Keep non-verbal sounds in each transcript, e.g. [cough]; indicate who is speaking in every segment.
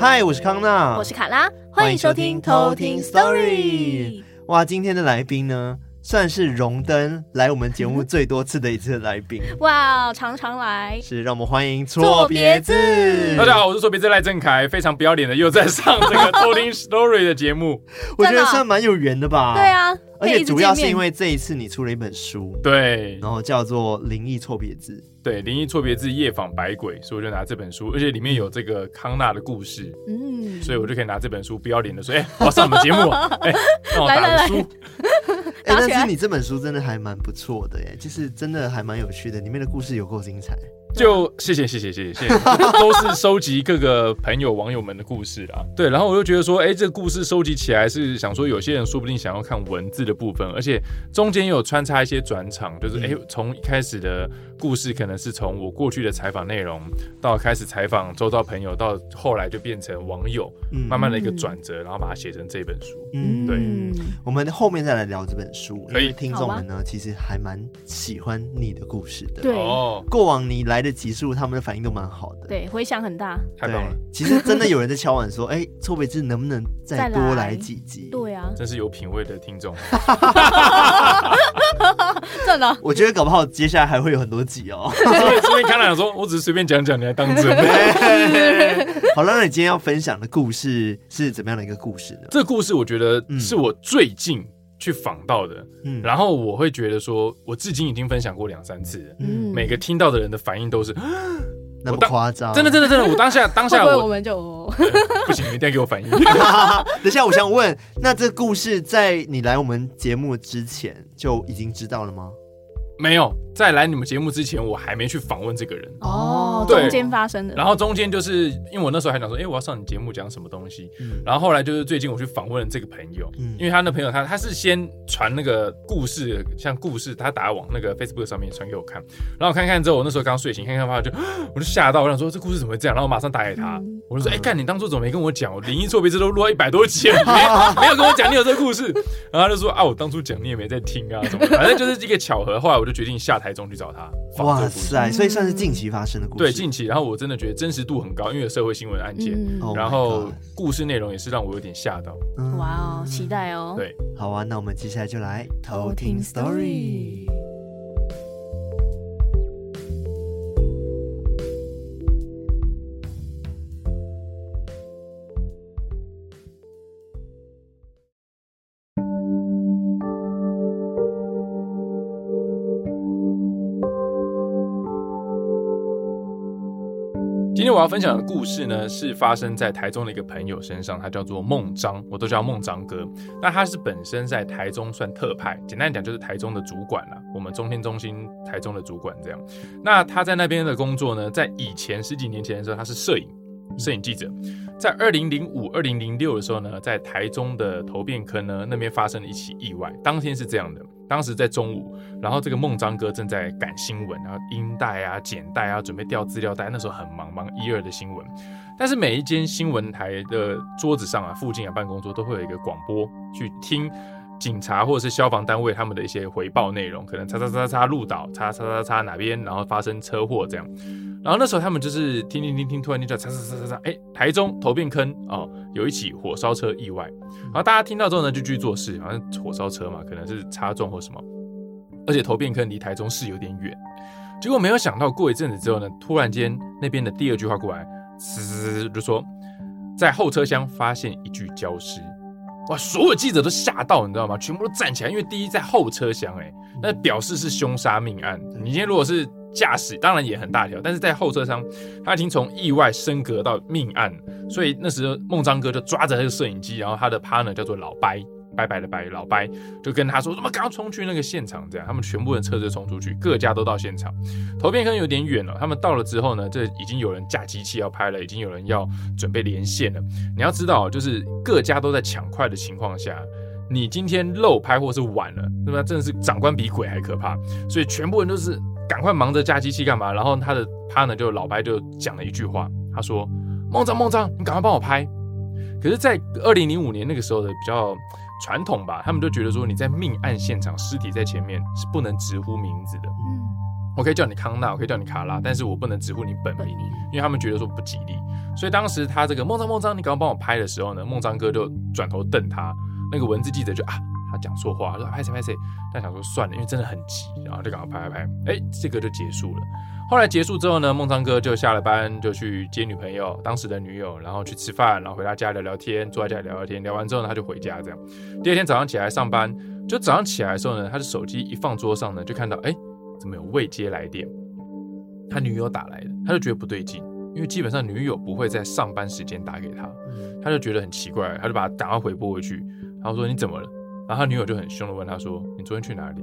Speaker 1: 嗨，我是康娜，
Speaker 2: 我是卡拉，
Speaker 1: 欢
Speaker 2: 欢
Speaker 1: 迎
Speaker 2: 迎
Speaker 1: 收
Speaker 2: 收
Speaker 1: 听
Speaker 2: 听
Speaker 1: 偷
Speaker 2: 偷
Speaker 1: 听
Speaker 2: 听
Speaker 1: Story
Speaker 2: Story。
Speaker 1: 哇，今天的来宾呢，算是荣登来我们节
Speaker 2: 嗯
Speaker 1: 目最多次的一次的来
Speaker 2: [laughs]
Speaker 1: 宾，
Speaker 2: 哇，常常来，
Speaker 1: 是让我们欢迎错
Speaker 2: 错
Speaker 1: 别
Speaker 2: 别
Speaker 1: 字
Speaker 2: 字。
Speaker 3: 大家好，我是说别字赖正凯，非常不要脸的又在上这个
Speaker 2: [laughs]
Speaker 3: 偷听 story 的节目。
Speaker 1: 我觉得
Speaker 2: 真的啊
Speaker 1: 算蛮有缘的吧。
Speaker 2: 对，啊，
Speaker 1: 而
Speaker 2: 可以
Speaker 1: 且
Speaker 2: 一直
Speaker 1: 主要
Speaker 2: 见
Speaker 1: 是
Speaker 2: 面
Speaker 1: 因为这一次你出了一本书，
Speaker 3: 对
Speaker 1: 然后叫做《灵异错别字》。
Speaker 3: 对，灵异错别字夜访百鬼，所以我就拿这本书，而且里面有这个康纳的故事，
Speaker 2: 嗯，
Speaker 3: 所以我就可以拿这本书不要脸的说，哎、我要上你们节目哦，哎、让我打
Speaker 2: 来来
Speaker 3: 个
Speaker 2: 来
Speaker 3: 书。
Speaker 1: 哎、
Speaker 2: 打起来
Speaker 1: 但是你这本书真的还蛮不错的耶，就是真的还蛮有趣的，里面的故事有够精彩。
Speaker 3: 就谢谢谢谢谢谢谢 [laughs] 谢，都是收集各个朋友网友们的故事啦。对，然后我就觉得说，哎，这个故事收集起来是想说，有些人说不定想要看文字的部分，而且中间有穿插一些转场，
Speaker 1: 嗯
Speaker 3: 就是哎，从一开始的故事可能是从我过去的采访内容，到开始采访周遭朋友，到后来就变成网友，
Speaker 1: 嗯
Speaker 3: 慢慢的一个转折，然后把它写成这本书。
Speaker 1: 嗯
Speaker 3: 对
Speaker 1: 我们后面再来聊这本书，因
Speaker 3: 可以
Speaker 1: 为听众们呢其实还蛮喜欢你的故事的。
Speaker 2: 啊对
Speaker 3: 哦，
Speaker 1: 过往你来的集数，他们的反应都蛮好的。
Speaker 2: 对，回响很大，
Speaker 3: 太棒了，
Speaker 1: 对其实真的有人在敲碗说，哎、 [laughs] 错别字能不能再
Speaker 2: 再来
Speaker 1: 多来几集？
Speaker 2: 对
Speaker 3: [laughs]
Speaker 2: 啊，
Speaker 3: 真是有品味的听
Speaker 1: [laughs]
Speaker 3: 众。
Speaker 2: 真的，
Speaker 1: 我觉得搞不好接下来还会有很多集 [laughs] 哦。
Speaker 3: 所以看了想说，我只是随便讲讲，你还当
Speaker 1: [laughs]
Speaker 3: 真？
Speaker 1: 好了，那你今天要分享的故事是怎么样的一个故事呢？
Speaker 3: 这个故事我觉得
Speaker 1: 嗯
Speaker 3: 是我最近去访到的，
Speaker 1: 嗯
Speaker 3: 然后我会觉得说，我至今已经分享过两三次了，
Speaker 1: 嗯，
Speaker 3: 每个听到的人的反应都是
Speaker 1: 那么
Speaker 3: 我当
Speaker 1: 夸张？
Speaker 3: 真的，真的，真的，我当下当
Speaker 2: 会
Speaker 3: 下
Speaker 2: 不会我
Speaker 3: 我
Speaker 2: 们就
Speaker 1: 哦
Speaker 3: [laughs] 不行，你一定要给我反
Speaker 1: [laughs]
Speaker 3: 应。
Speaker 1: 等一下，我想问，那这故事在你来我们节目之前就已经知道了吗？
Speaker 3: 没有，在来你们节目之前，我还没去访问这个人。
Speaker 2: 哦，
Speaker 3: 对
Speaker 2: 中间发生的，
Speaker 3: 然后中间就是因为我那时候还想说，哎，我要上你节目讲什么东西。
Speaker 1: 嗯
Speaker 3: 然后后来就是最近我去访问了这个朋友，
Speaker 1: 嗯
Speaker 3: 因为他那朋友他他是先传那个故事，像故事他打往那个 Facebook 上面传给我看，然后我看看之后，我那时候刚睡醒，看看发现就我就吓到，我想说这故事怎么会这样，然后我马上打给他，
Speaker 2: 嗯
Speaker 3: 我就说哎干、你当初怎么没跟我讲？我灵异错别字都录到一百多集了，你没没有跟我讲你有这个故事，然后他就说啊我当初讲你也没在听啊什么的，反正就是一个巧合。后来我就决定下台中去找他，哇
Speaker 1: 哇
Speaker 3: 塞，
Speaker 1: 塞，所以算是近期发生的故事。
Speaker 3: 对近期，然后我真的觉得真实度很高，因为有社会新闻案件。
Speaker 2: 嗯，
Speaker 1: Oh
Speaker 3: 然
Speaker 1: my
Speaker 3: 后
Speaker 1: God
Speaker 3: 故事内容也是让我有点吓到，
Speaker 1: 嗯
Speaker 2: 哇哦，期待哦，
Speaker 3: 对，
Speaker 1: 好啊，那我们接下来就来偷
Speaker 2: 偷
Speaker 1: 听
Speaker 2: 听
Speaker 1: story
Speaker 2: story。
Speaker 3: 今天我要分享的故事呢，是发生在台中的一个朋友身上，他叫做孟章，我都叫孟章哥。那他是本身在台中算特派，简单讲就是台中的主管啦，我们中天中心台中的主管这样。那他在那边的工作呢，在以前十几年前的时候，他是摄影。摄影记者，在二零零五、二零零六的时候呢，在台中的投变坑呢那边发生了一起意外。当天是这样的，当时在中午，然后这个孟章哥正在赶新闻，然后音带啊、剪带啊，准备调资料带，那时候很忙，忙一二的新闻。但是每一间新闻台的桌子上啊、附近啊、办公桌都会有一个广播去听。警察或者是消防单位他们的一些回报内容，可能叉叉叉叉路倒，叉叉叉叉哪边，然后发生车祸这样。然后那时候他们就是听听听听，突然听到嚓嚓嚓嚓嚓，哎，台中头变坑哦，有一起火烧车意外。然后大家听到之后呢，就去做事，好像火烧车嘛，可能是擦撞或什么。而且头变坑离台中市有点远，结果没有想到，过一阵子之后呢，突然间那边的第二句话过来，嘶嘶嘶就说在后车厢发现一具焦尸。哇！所有记者都吓到，你知道吗？全部都站起来，因为第一在后车厢，哎，那表示是凶杀命案。你今天如果是驾驶，当然也很大条，但是在后车厢，他已经从意外升格到命案，所以那时候孟章哥就抓着他的摄影机，然后他的 partner 叫做老白，白白的白老白，就跟他说：“怎么刚冲去那个现场？”这样，他们全部人车子冲出去，各家都到现场。头片坑有点远了，他们到了之后呢，这已经有人架机器要拍了，已经有人要准备连线了。你要知道，就是各家都在抢快的情况下，你今天漏拍或是晚了，那么真的是长官比鬼还可怕。所以全部人都是赶快忙着架机器干嘛？然后他的 partner 就老白就讲了一句话，他说：“孟章，孟章，你赶快帮我拍。”可是，在二零零五年那个时候的比较传统吧，他们就觉得说你在命案现场，尸体在前面是不能直呼名字的。
Speaker 2: 嗯，
Speaker 3: 我可以叫你康纳，我可以叫你卡拉，但是我不能直呼你本
Speaker 2: 本，
Speaker 3: 名
Speaker 2: 名
Speaker 3: 因为他们觉得说不吉利。所以当时他这个孟章孟章，你赶快帮我拍的时候呢，孟章哥就转头瞪他，那个文字记者就啊，他讲错话，说啊拍谁拍谁，但想说算了，因为真的很急，然后就赶快拍拍拍，哎，这个就结束了。后来结束之后呢，孟章哥就下了班就去接女朋友，当时的女友，然后去吃饭，然后回到家聊聊天，坐在家里聊聊天，聊完之后呢，他就回家这样。第二天早上起来上班，就早上起来的时候呢，他的手机一放桌上呢，就看到哎。怎么有未接来电？他女友打来的，他就觉得不对劲，因为基本上女友不会在上班时间打给他，他就觉得很奇怪，他就把打电话回拨回去，然后说你怎么了？然后他女友就很凶的问他说你昨天去哪里？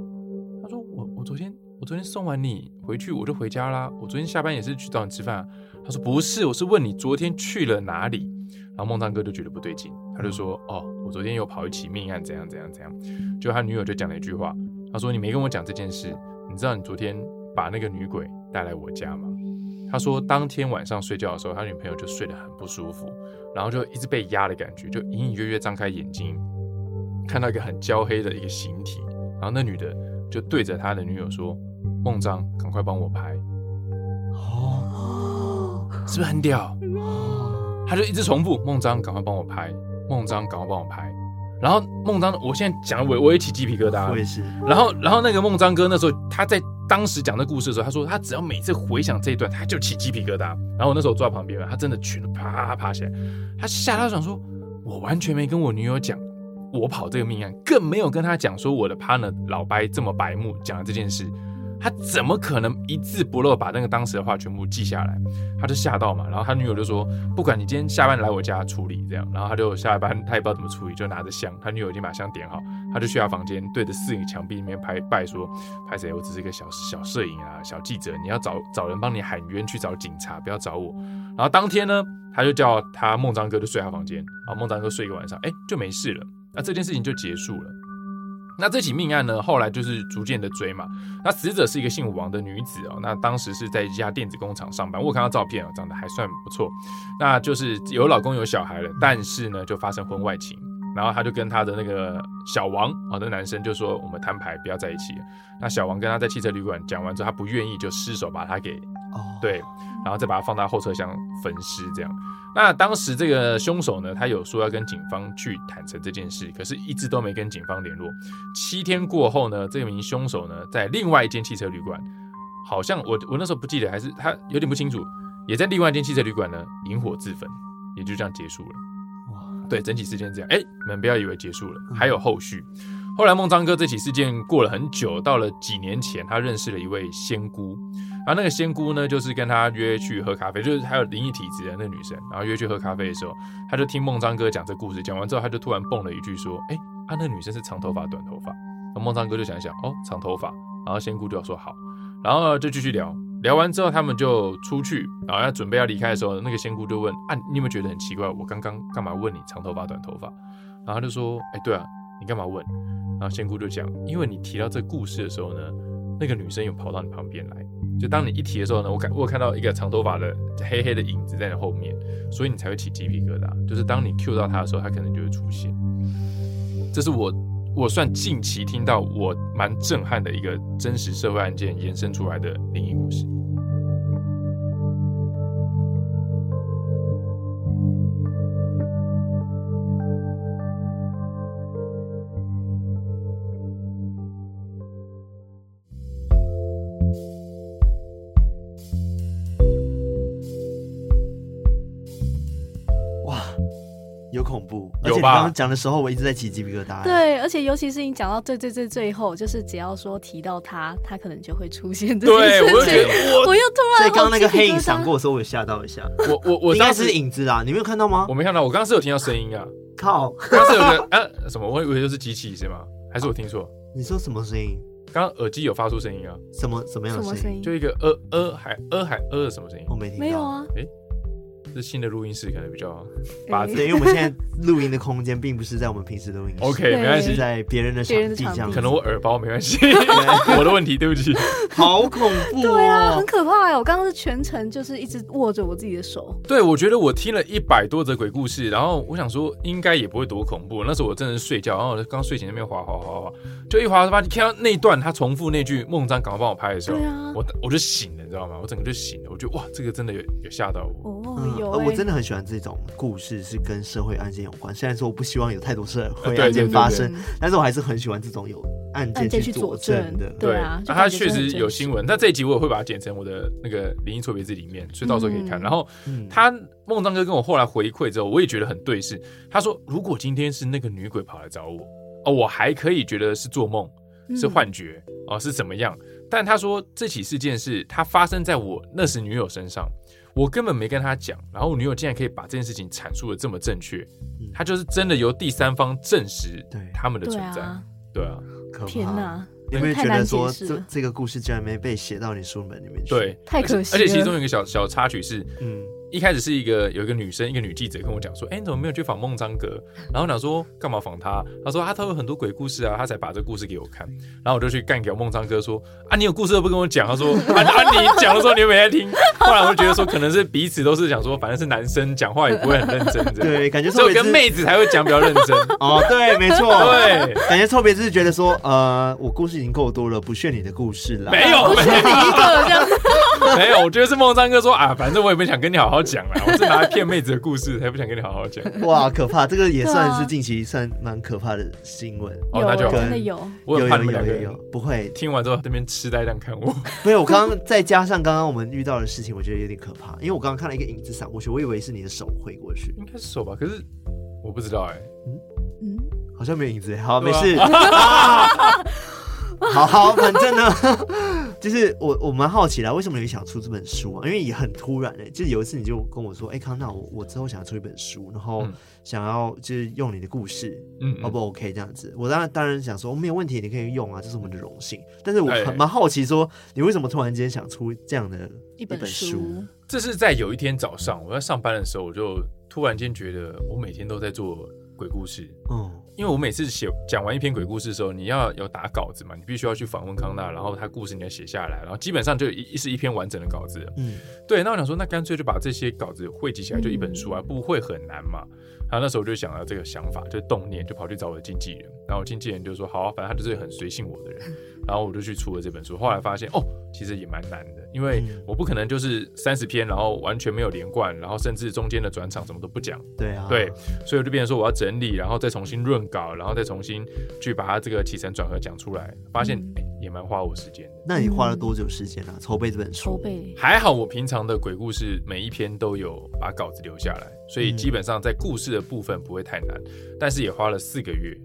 Speaker 3: 他说我我昨天我昨天送完你回去我就回家啦，我昨天下班也是去找你吃饭、啊。他说不是，我是问你昨天去了哪里。然后孟章哥就觉得不对劲，他就说哦，我昨天有跑一起命案，怎样怎样怎样。就他女友就讲了一句话，他说：“你没跟我讲这件事，你知道你昨天把那个女鬼带来我家吗？”他说，当天晚上睡觉的时候，他女朋友就睡得很不舒服，然后就一直被压的感觉，就隐隐约约张开眼睛，看到一个很焦黑的一个形体，然后那女的就对着他的女友说：“孟章，赶快帮我拍，
Speaker 1: 哦，
Speaker 3: 是不是很屌？”
Speaker 1: 哦
Speaker 3: 他就一直重复：“孟章，赶快帮我拍，孟章，赶快帮我拍。”然后孟章，我现在讲我我也起鸡皮疙瘩了，
Speaker 1: 我也是，
Speaker 3: 然后，然后那个孟章哥那时候他在当时讲这故事的时候，他说他只要每次回想这一段，他就起鸡皮疙瘩。然后我那时候坐在旁边嘛，他真的全都啪爬起来，他吓到想说，我完全没跟我女友讲我跑这个命案，更没有跟他讲说我的 partner 老白这么白目讲了这件事，他怎么可能一字不漏把那个当时的话全部记下来？他就吓到嘛，然后他女友就说，不管你今天下班来我家处理这样，然后他就下班，他也不知道怎么处理，就拿着香，他女友已经把香点好，他就去他房间，对着四个墙壁里面拍拜说：“拍谁？我只是个小小摄影啊，小记者，你要找找人帮你喊冤，去找警察，不要找我。”然后当天呢，他就叫他孟章哥就睡他房间，然后孟章哥睡一个晚上，哎，就没事了。那这件事情就结束了。那这起命案呢，后来就是逐渐的追嘛。那死者是一个姓王的女子哦，那当时是在一家电子工厂上班。我有看到照片哦，长得还算不错。那就是有老公有小孩了，但是呢，就发生婚外情。然后他就跟他的那个小王啊、哦、那男生就说我们摊牌不要在一起了。那小王跟他在汽车旅馆讲完之后，他不愿意就失手把他给
Speaker 1: 哦，
Speaker 3: 对，然后再把它放到后车厢焚尸这样。那当时这个凶手呢，他有说要跟警方去坦诚这件事，可是一直都没跟警方联络。七天过后呢，这名凶手呢，在另外一间汽车旅馆，好像我我那时候不记得，还是他有点不清楚，也在另外一间汽车旅馆呢引火自焚，也就这样结束了。
Speaker 1: 哇，
Speaker 3: 对，整起事件这样。哎，你们不要以为结束了，还有后续。后来孟章哥这起事件过了很久，到了几年前，他认识了一位仙姑，然后那个仙姑呢，就是跟他约去喝咖啡，就是还有灵异体质的那个女生，然后约去喝咖啡的时候，他就听孟章哥讲这故事，讲完之后，他就突然蹦了一句说：“哎，啊，那女生是长头发短头发？”然后孟章哥就想一想，哦，长头发，然后仙姑就说好，然后就继续聊。聊完之后，他们就出去，然后要准备要离开的时候，那个仙姑就问：“啊，你有没有觉得很奇怪？我刚刚干嘛问你长头发短头发？”然后他就说：“哎，对啊，你干嘛问？”然后仙姑就讲：“因为你提到这个故事的时候呢，那个女生有跑到你旁边来，就当你一提的时候呢，我看我有看到一个长头发的黑黑的影子在你后面，所以你才会起鸡皮疙瘩。就是当你 Q 到她的时候，她可能就会出现。这是我我算近期听到我蛮震撼的一个真实社会案件延伸出来的灵异故事。
Speaker 1: 哇，有恐怖，而
Speaker 3: 有
Speaker 1: 且你
Speaker 3: 吧
Speaker 1: 刚刚讲的时候，我一直在起鸡皮疙瘩。，
Speaker 2: 对，啊而且尤其是你讲到最最最最后，就是只要说提到他，他可能就会出现这
Speaker 3: 对，
Speaker 2: 件
Speaker 3: 我就
Speaker 2: 事
Speaker 3: 觉
Speaker 2: 情。
Speaker 3: 得我
Speaker 2: 我又突
Speaker 1: 所
Speaker 2: 然
Speaker 1: 以刚刚那个
Speaker 2: 好鸡皮
Speaker 1: 黑影
Speaker 2: 疙瘩
Speaker 1: 闪过的时候，我有吓到一下，
Speaker 3: 我我
Speaker 1: [laughs]
Speaker 3: 我
Speaker 1: 应该
Speaker 3: 当时
Speaker 1: 是影子啊，你没有看到吗？
Speaker 3: 我没看到，我刚刚是有听到声音啊，
Speaker 1: 靠，
Speaker 3: 刚刚是有个啊什么，我以为就是机器是吗？还是我听错？
Speaker 1: 你说什么声音？
Speaker 3: 刚刚耳机有发出声音啊，
Speaker 1: 什么什么样
Speaker 2: 什
Speaker 1: 的
Speaker 2: 么
Speaker 1: 声
Speaker 2: 声
Speaker 1: 音？
Speaker 2: 音？
Speaker 1: 哦
Speaker 3: 就一个呃呃还呃还呃的什么声音
Speaker 2: 啊
Speaker 1: 我？没听到。
Speaker 2: 没有啊，
Speaker 3: 这新的录音室可能比较八字
Speaker 1: 对，因为我们现在录音的空间并不是在我们平时录音室
Speaker 3: OK，没关
Speaker 1: 是
Speaker 3: 系，
Speaker 1: 在别人的场
Speaker 2: 别
Speaker 1: 地
Speaker 2: 人的
Speaker 1: 这
Speaker 2: 场地
Speaker 1: 样子，
Speaker 3: 可能我耳包没关系，
Speaker 1: [laughs] 对
Speaker 3: [laughs] 我的问题，对不起。
Speaker 1: 好恐怖
Speaker 2: 对啊，
Speaker 1: 哦
Speaker 2: 很！可怕哎！我刚刚是全程就是一直握着我自己的手，
Speaker 3: 对，我觉得我听了一百多则鬼故事，然后我想说应该也不会多恐怖。那时候我真的是睡觉，然后我刚睡醒那边滑滑滑滑，就一滑发现看到那一段他重复那句“孟章赶快帮我拍”的时候，
Speaker 2: 对啊
Speaker 3: 我我就醒了，你知道吗？我整个就醒了，我觉得哇，这个真的有有吓到 [laughs] 我。
Speaker 2: 哦
Speaker 1: 嗯，
Speaker 2: 有
Speaker 1: 呃
Speaker 2: 哎，
Speaker 1: 我真的很喜欢这种故事，是跟社会案件有关。虽然说我不希望有太多社
Speaker 3: 呃
Speaker 1: 会
Speaker 3: 对
Speaker 1: 案件
Speaker 3: 对
Speaker 1: 发
Speaker 3: 对
Speaker 1: 生，但是我还是很喜欢这种有案
Speaker 2: 案件
Speaker 1: 去
Speaker 2: 去佐
Speaker 1: 证的。
Speaker 2: 对啊就
Speaker 3: 那它
Speaker 2: 感觉
Speaker 3: 确
Speaker 2: 真的
Speaker 3: 实
Speaker 2: 很真
Speaker 3: 有
Speaker 2: 实
Speaker 3: 新闻。那这一集我也会把它剪成我的那个灵异错别字里面，所以到时候可以看。
Speaker 2: 嗯
Speaker 3: 然后
Speaker 1: 嗯，
Speaker 3: 他孟章哥跟我后来回馈之后，我也觉得很对视。他说，如果今天是那个女鬼跑来找我，哦，我还可以觉得是做梦，是
Speaker 2: 嗯
Speaker 3: 幻觉，哦，是怎么样？但他说这起事件是他发生在我那时女友身上，我根本没跟他讲，然后我女友竟然可以把这件事情阐述的这么正确
Speaker 1: 嗯，
Speaker 3: 他就是真的由第三方证实
Speaker 1: 对
Speaker 3: 他们的
Speaker 2: 对
Speaker 3: 存在，
Speaker 2: 啊，
Speaker 3: 对啊，
Speaker 1: 可
Speaker 2: 天
Speaker 1: 怕！
Speaker 2: 哪，
Speaker 1: 你有没有
Speaker 2: 太
Speaker 1: 觉得
Speaker 2: 难
Speaker 1: 说
Speaker 2: 解释
Speaker 1: 这
Speaker 2: 了
Speaker 1: 这个故事竟然没被写到你书本里面去？
Speaker 3: 对，，
Speaker 2: 太可惜
Speaker 3: 而且其
Speaker 2: 了
Speaker 3: 中有一个小小插曲是， [laughs]
Speaker 1: 嗯，
Speaker 3: 一开始是一个有一个女生，一个女记者跟我讲说，哎、你怎么没有去访孟章阁？然后我想说干嘛访他？他说啊，他有很多鬼故事啊，他才把这故事给我看。然后我就去干掉孟章哥说啊，你有故事都不跟我讲。他说 [laughs] 啊啊，你讲的时候你又没在听。后来我就觉得说，可能是彼此都是想说，反正是男生讲话也不会很认真这样，
Speaker 1: 对，感觉
Speaker 3: 只
Speaker 1: 特
Speaker 3: 有
Speaker 1: 别
Speaker 3: 跟
Speaker 1: 是
Speaker 3: 妹子才会讲比较
Speaker 1: [laughs]
Speaker 3: 认真。
Speaker 1: 哦，对，没错，
Speaker 3: [laughs] 对，
Speaker 1: 感觉特别是觉得说，呃，我故事已经够多了，不炫你的故事了。
Speaker 3: 没有
Speaker 2: 不是你一个这样，
Speaker 3: 没有，我觉得是孟章哥说啊，反正我也没想跟你好好讲啦，我是拿来骗妹子的故事，才不想跟你好好讲。
Speaker 1: 哇，可怕！这个也算
Speaker 2: 对
Speaker 1: 是
Speaker 2: 啊
Speaker 1: 近期算蛮可怕的新闻。
Speaker 3: 哦那就
Speaker 2: 有
Speaker 3: 好
Speaker 2: 真的有，
Speaker 3: 我
Speaker 1: 有
Speaker 3: 很怕你
Speaker 1: 有
Speaker 3: 们
Speaker 1: 有
Speaker 3: 两个
Speaker 1: 有
Speaker 3: 人
Speaker 1: 有，不会，
Speaker 3: 听完之后在那边痴呆这样看我。
Speaker 1: 没有。我刚刚再加上刚刚我们遇到的事情，我觉得有点可怕，因为我刚刚看到一个影子闪过去，我以为是你的手挥过去，
Speaker 3: 应该是手吧，可是我不知道哎、
Speaker 2: 嗯，
Speaker 1: 好像没有影子。好，
Speaker 3: 对
Speaker 1: 没
Speaker 3: 啊
Speaker 1: 事。啊好 [laughs] 好，反正呢，就是我我蛮好奇啦，为什么你想出这本书啊？因为也很突然诶、就是有一次你就跟我说，哎、康纳，我我之后想要出一本书，然后
Speaker 3: 嗯
Speaker 1: 想要就是用你的故事，
Speaker 3: 嗯，
Speaker 1: O 哦不 OK 这样子？我当然当然想说、哦没有问题，你可以用啊，这是我们的荣幸。但是我
Speaker 3: 哎
Speaker 1: 很蛮好奇说，你为什么突然间想出这样的
Speaker 2: 一
Speaker 1: 本
Speaker 2: 本
Speaker 1: 书
Speaker 2: 书，
Speaker 3: 这是在有一天早上我在上班的时候，我就突然间觉得我每天都在做鬼故事，
Speaker 1: 嗯
Speaker 3: 因为我每次写讲完一篇鬼故事的时候，你要有打稿子嘛，你必须要去访问康纳，然后他故事你要写下来，然后基本上就有一是一篇完整的稿子了。
Speaker 1: 嗯，
Speaker 3: 对，那我想说，那干脆就把这些稿子汇集起来，就一本书啊，不会很难嘛。然后那时候我就想到这个想法，就动念，就跑去找我的经纪人。然后我经纪人就说：“好、啊，反正他就是很随性我的
Speaker 1: [laughs]
Speaker 3: 人。”然后我就去出了这本书。后来发现，哦，其实也蛮难的，因为
Speaker 1: 嗯
Speaker 3: 我不可能就是三十篇，然后完全没有连贯，然后甚至中间的转场什么都不讲。
Speaker 1: 对啊，
Speaker 3: 对，所以我就变成说我要整理，然后再重新润稿，然后再重新去把它这个起承转合讲出来。发现、
Speaker 2: 嗯
Speaker 3: 哎也蛮花我时间的。
Speaker 1: 那你花了多久时间
Speaker 3: 嗯
Speaker 1: 啊？筹备这本书？
Speaker 2: 筹备
Speaker 3: 还好我平常的鬼故事每一篇都有把稿子留下来，所以基本上在故事的部分不会太难，但是也花了四个月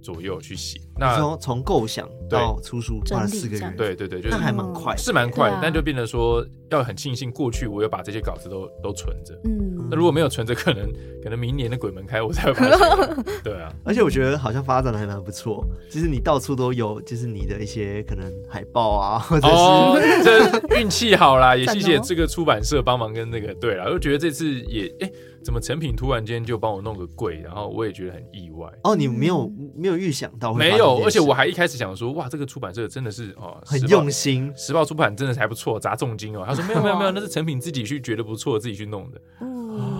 Speaker 3: 左右去写。
Speaker 1: 你
Speaker 3: 那
Speaker 1: 从从构想到出书花了
Speaker 2: 整理
Speaker 1: 四个
Speaker 2: 这
Speaker 1: 月
Speaker 2: 样，
Speaker 3: 对对对，就是
Speaker 1: 那还蛮快的。
Speaker 3: 是蛮快
Speaker 2: 对
Speaker 3: 的，
Speaker 2: 啊
Speaker 3: 但就变得说要很庆幸过去我有把这些稿子都都存着。
Speaker 2: 嗯
Speaker 3: 那如果没有存着，可能可能明年的鬼门开我才会把它写完。
Speaker 2: [laughs]
Speaker 3: 对啊，
Speaker 1: 而且我觉得好像发展的还蛮不错，就是你到处都有，就是你的一些可能海报啊，或者是、 [laughs]
Speaker 3: 哦，这运气好啦，也谢谢
Speaker 2: 赞哦
Speaker 3: 这个出版社帮忙跟那个对啦，我就觉得这次也哎、怎么成品突然间就帮我弄个柜，然后我也觉得很意外。
Speaker 1: 哦，你没有没有预想哦到会发生
Speaker 3: 没
Speaker 1: 这件事，
Speaker 3: 有，而且我还一开始想说，哇，这个出版社真的是哦，
Speaker 1: 很
Speaker 3: 时报
Speaker 1: 用。心，
Speaker 3: 时报出版真的是还不错，砸重金哦。他说没有没有没有，那是成品自己去觉得不错，自己去弄的。
Speaker 2: 嗯
Speaker 3: 哦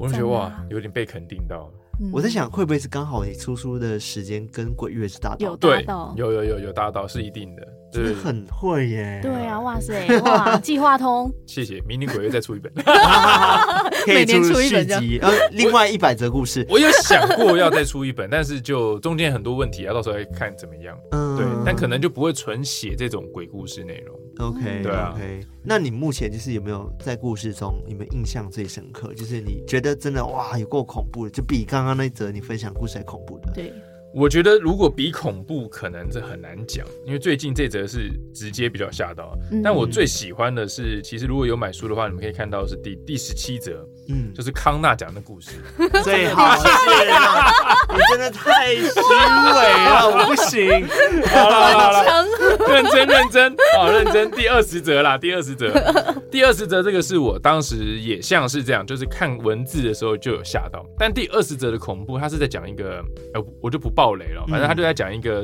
Speaker 3: 我就觉得
Speaker 2: 哦赞啊
Speaker 3: 哇，有点被肯定到。
Speaker 2: 嗯
Speaker 1: 我在想会不会是刚好你出书的时间跟鬼月是搭档
Speaker 2: 有
Speaker 1: 的，
Speaker 2: 达
Speaker 3: 对
Speaker 2: 到，，
Speaker 3: 有有有有搭到是一定的。
Speaker 1: 真
Speaker 3: 对
Speaker 1: 的，很会耶，
Speaker 3: 哎
Speaker 2: 对啊，哇塞，
Speaker 3: [laughs]
Speaker 2: 哇，计划通，
Speaker 3: 谢谢，明年鬼月再出一
Speaker 1: [laughs]
Speaker 3: 本。[laughs]
Speaker 1: 可以
Speaker 2: 每年出一
Speaker 1: 续
Speaker 2: 本这样
Speaker 1: 集，呃，另外一百则故事，
Speaker 3: 我有想过要再出一本，但是就中间很多问题啊，到时候再看怎么样。
Speaker 1: 嗯，
Speaker 3: 对，但可能就不会纯写这种鬼故事内容。
Speaker 2: 嗯
Speaker 1: OK，
Speaker 3: 对啊
Speaker 1: OK，那你目前就是有没有在故事中有没有印象最深刻？就是你觉得真的哇，有够恐怖的，就比刚刚那则你分享故事还恐怖的。
Speaker 2: 对，
Speaker 3: 我觉得如果比恐怖，可能这很难讲，因为最近这则是直接比较吓到。
Speaker 2: 嗯
Speaker 3: 但我最喜欢的是，其实如果有买书的话，你们可以看到是第第十七则，
Speaker 1: 嗯，
Speaker 3: 就是康纳讲的故事。
Speaker 1: 最好是啊，你真的太虚伪了，我不
Speaker 3: [laughs]
Speaker 1: 行。
Speaker 3: 好了好了，
Speaker 2: 强
Speaker 3: [laughs] 哦认真认真，好认真。第二十则啦，第二十则，第二十则这个是我当时也像是这样，就是看文字的时候就有吓到。但第二十则的恐怖，它是在讲一个，呃，我就不爆雷了，反正它就在讲一个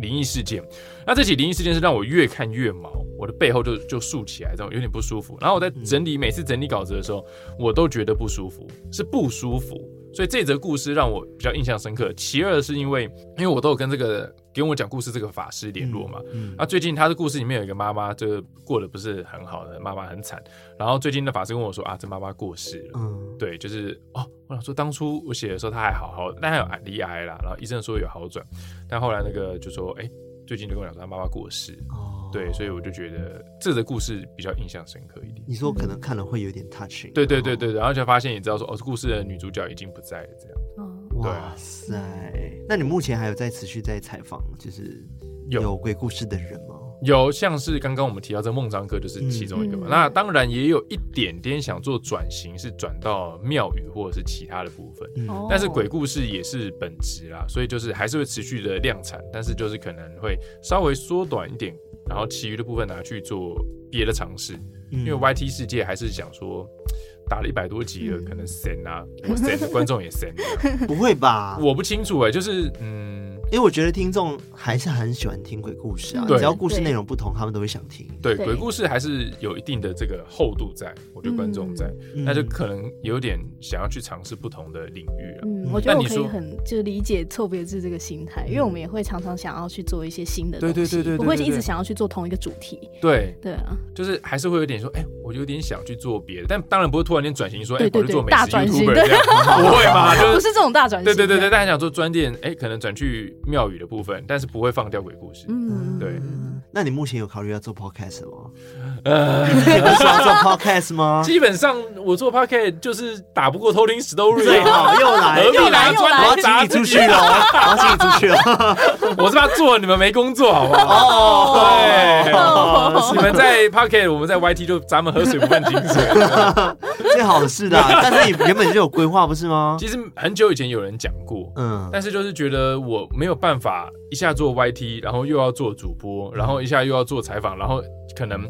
Speaker 3: 灵异事件。那这起灵异事件是让我越看越毛，我的背后就就竖起来，这种有点不舒服。然后我在整理每次整理稿子的时候，我都觉得不舒服，是不舒服。所以这则故事让我比较印象深刻。其二是因为，因为我都有跟这个给我讲故事这个法师联络嘛，
Speaker 1: 嗯
Speaker 3: 那最近他的故事里面有一个妈妈，就过得不是很好的，妈妈很惨。然后最近的法师跟我说啊，这妈妈过世了。
Speaker 1: 嗯，
Speaker 3: 对，就是哦，我想说当初我写的时候她还好好的，但还有癌离癌啦，然后医生说有好转，但后来那个就说，哎、最近就跟我讲说她妈妈过世。
Speaker 1: 哦，
Speaker 3: 对，所以我就觉得这个故事比较印象深刻一点。
Speaker 1: 你说可能看了会有点 touching，
Speaker 3: 对对对，对，然后就发现也知道说，哦，故事的女主角已经不在了，这样
Speaker 2: 嗯，
Speaker 3: 啊
Speaker 1: 哇塞，那你目前还有在持续在采访，就是
Speaker 3: 有
Speaker 1: 有鬼故事的人吗？
Speaker 3: 有像是刚刚我们提到这个孟章哥就是其中一个嘛，
Speaker 2: 嗯
Speaker 3: 那当然也有一点点想做转型，是转到庙宇或者是其他的部分，
Speaker 1: 嗯
Speaker 2: 哦
Speaker 3: 但是鬼故事也是本质啦，所以就是还是会持续的量产，但是就是可能会稍微缩短一点，然后其余的部分拿去做别的尝试，
Speaker 1: 因
Speaker 3: 因为 YT 世界还是想说。打了一百多集了，
Speaker 2: 嗯
Speaker 3: 可能神啊，我神，观众也神这
Speaker 1: [laughs]
Speaker 3: 样，
Speaker 2: [laughs]
Speaker 1: 不会吧？
Speaker 3: 我不清楚哎、就是嗯，
Speaker 1: 因为我觉得听众还是很喜欢听鬼故事啊，
Speaker 3: 对
Speaker 1: 只要故事内容不同，他们都会想听。
Speaker 3: 对，
Speaker 2: 对
Speaker 3: 鬼故事还是有一定的这个厚度在，我觉得观众在，
Speaker 1: 嗯
Speaker 3: 那就可能有点想要去尝试不同的领域了。
Speaker 2: 嗯，
Speaker 1: 嗯
Speaker 2: 我觉得
Speaker 3: 那
Speaker 2: 我
Speaker 3: 你
Speaker 2: 可以
Speaker 3: 说
Speaker 2: 很就理解错别字这个心态，因为我们也会常常想要去做一些新的东
Speaker 3: 对
Speaker 2: 西，
Speaker 3: 对对对对
Speaker 2: 不会
Speaker 3: 对
Speaker 2: 一直
Speaker 3: 对
Speaker 2: 想要去做同一个主题，
Speaker 3: 对，
Speaker 2: 对啊，
Speaker 3: 就是还是会有点说，哎、我有点想去做别的，但当然不会突然间转型说，哎、
Speaker 2: 对对
Speaker 3: 我去做
Speaker 2: 对
Speaker 3: 美
Speaker 2: 大
Speaker 3: 食
Speaker 2: 转型
Speaker 3: YouTuber
Speaker 2: 对
Speaker 3: 这样， [laughs] 不
Speaker 2: [laughs]
Speaker 3: 会吧？就
Speaker 2: 不
Speaker 3: 是
Speaker 2: 是这种大转型，
Speaker 3: 对对对对，，但想做专店，哎、可能转去庙宇的部分，但是不会放掉鬼故事。
Speaker 2: 嗯，
Speaker 3: 对
Speaker 1: 嗯那你目前有考虑要做 podcast 吗？
Speaker 3: 呃，
Speaker 1: 你们想做 podcast 吗？
Speaker 3: 基本上我做 p o c k e t 就是打不过偷听 story，
Speaker 1: 最
Speaker 2: [laughs]
Speaker 1: 好又来，
Speaker 3: 啊何必
Speaker 2: 又
Speaker 3: 拿
Speaker 2: 来又
Speaker 3: 砖
Speaker 2: 来
Speaker 1: 我
Speaker 3: 头
Speaker 1: 要请
Speaker 3: 砸
Speaker 1: 你
Speaker 3: 自
Speaker 1: 出
Speaker 3: 己啊
Speaker 1: 去？了，我要请你出去了。
Speaker 3: [laughs] 我是怕做你们没工作，好不好？对
Speaker 1: 哦，
Speaker 3: 你们在 Pocket，我们在 YT 就咱们喝水不犯井水。
Speaker 1: 最好是的啊，但是你原本就有规划不是吗？
Speaker 3: [laughs] 其实很久以前有人讲过，
Speaker 1: 嗯，
Speaker 3: 但是就是觉得我没有办法一下做 YT，然后又要做主播，然后一下又要做采访，然后可能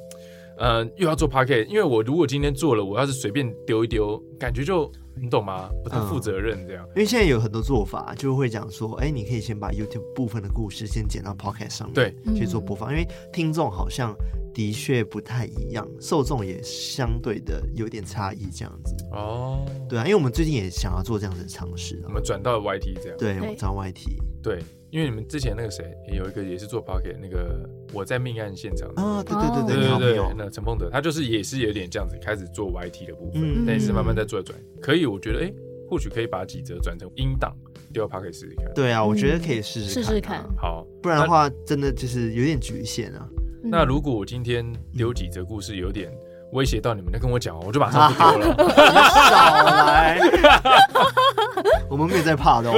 Speaker 3: 呃又要做 Pocket，因为我如果今天做了，我要是随便丢一丢，感觉就你懂吗？不太负责任这样。
Speaker 1: 因为现在有很多做法，就会讲说，哎，你可以先把 YouTube 部分的故事先剪到 podcast 上面，
Speaker 3: 对，
Speaker 1: 去做播放，因为听众好像的确不太一样，受众也相对的有点差异，这样子。
Speaker 3: 哦，
Speaker 1: 对啊，因为我们最近也想要做这样子的尝试
Speaker 3: 我
Speaker 1: 啊。
Speaker 3: 们转到 YT 这样。
Speaker 1: 对，
Speaker 2: 对
Speaker 1: 我找 YT
Speaker 3: 对，因为你们之前那个谁有一个也是做 Pocket，那个我在命案现场那个
Speaker 1: 啊，对对对
Speaker 3: 对
Speaker 2: 哦
Speaker 1: 对，你好朋
Speaker 3: 对
Speaker 1: 友
Speaker 3: 对，，那陈凤德他就是也是有点这样子，开始做 YT 的部分，
Speaker 1: 嗯
Speaker 3: 但也是慢慢在做转。可以，我觉得哎，诶或许可以把几则转成音档丢到 p o c k e t 试试看。
Speaker 1: 对啊，我觉得可以
Speaker 2: 嗯
Speaker 1: 试
Speaker 2: 试
Speaker 1: 试
Speaker 2: 试
Speaker 1: 看
Speaker 2: 看
Speaker 1: 啊，。
Speaker 3: 好，
Speaker 1: 不然的话真的就是有点局限
Speaker 3: [laughs]
Speaker 1: 啊。
Speaker 3: 那
Speaker 2: 嗯
Speaker 3: 如果我今天丢几则故事有点威胁到你们，那跟我讲哦，我就马上不丢
Speaker 1: [laughs]
Speaker 3: 了。
Speaker 1: 少来， [laughs] 我们没有在怕的哦。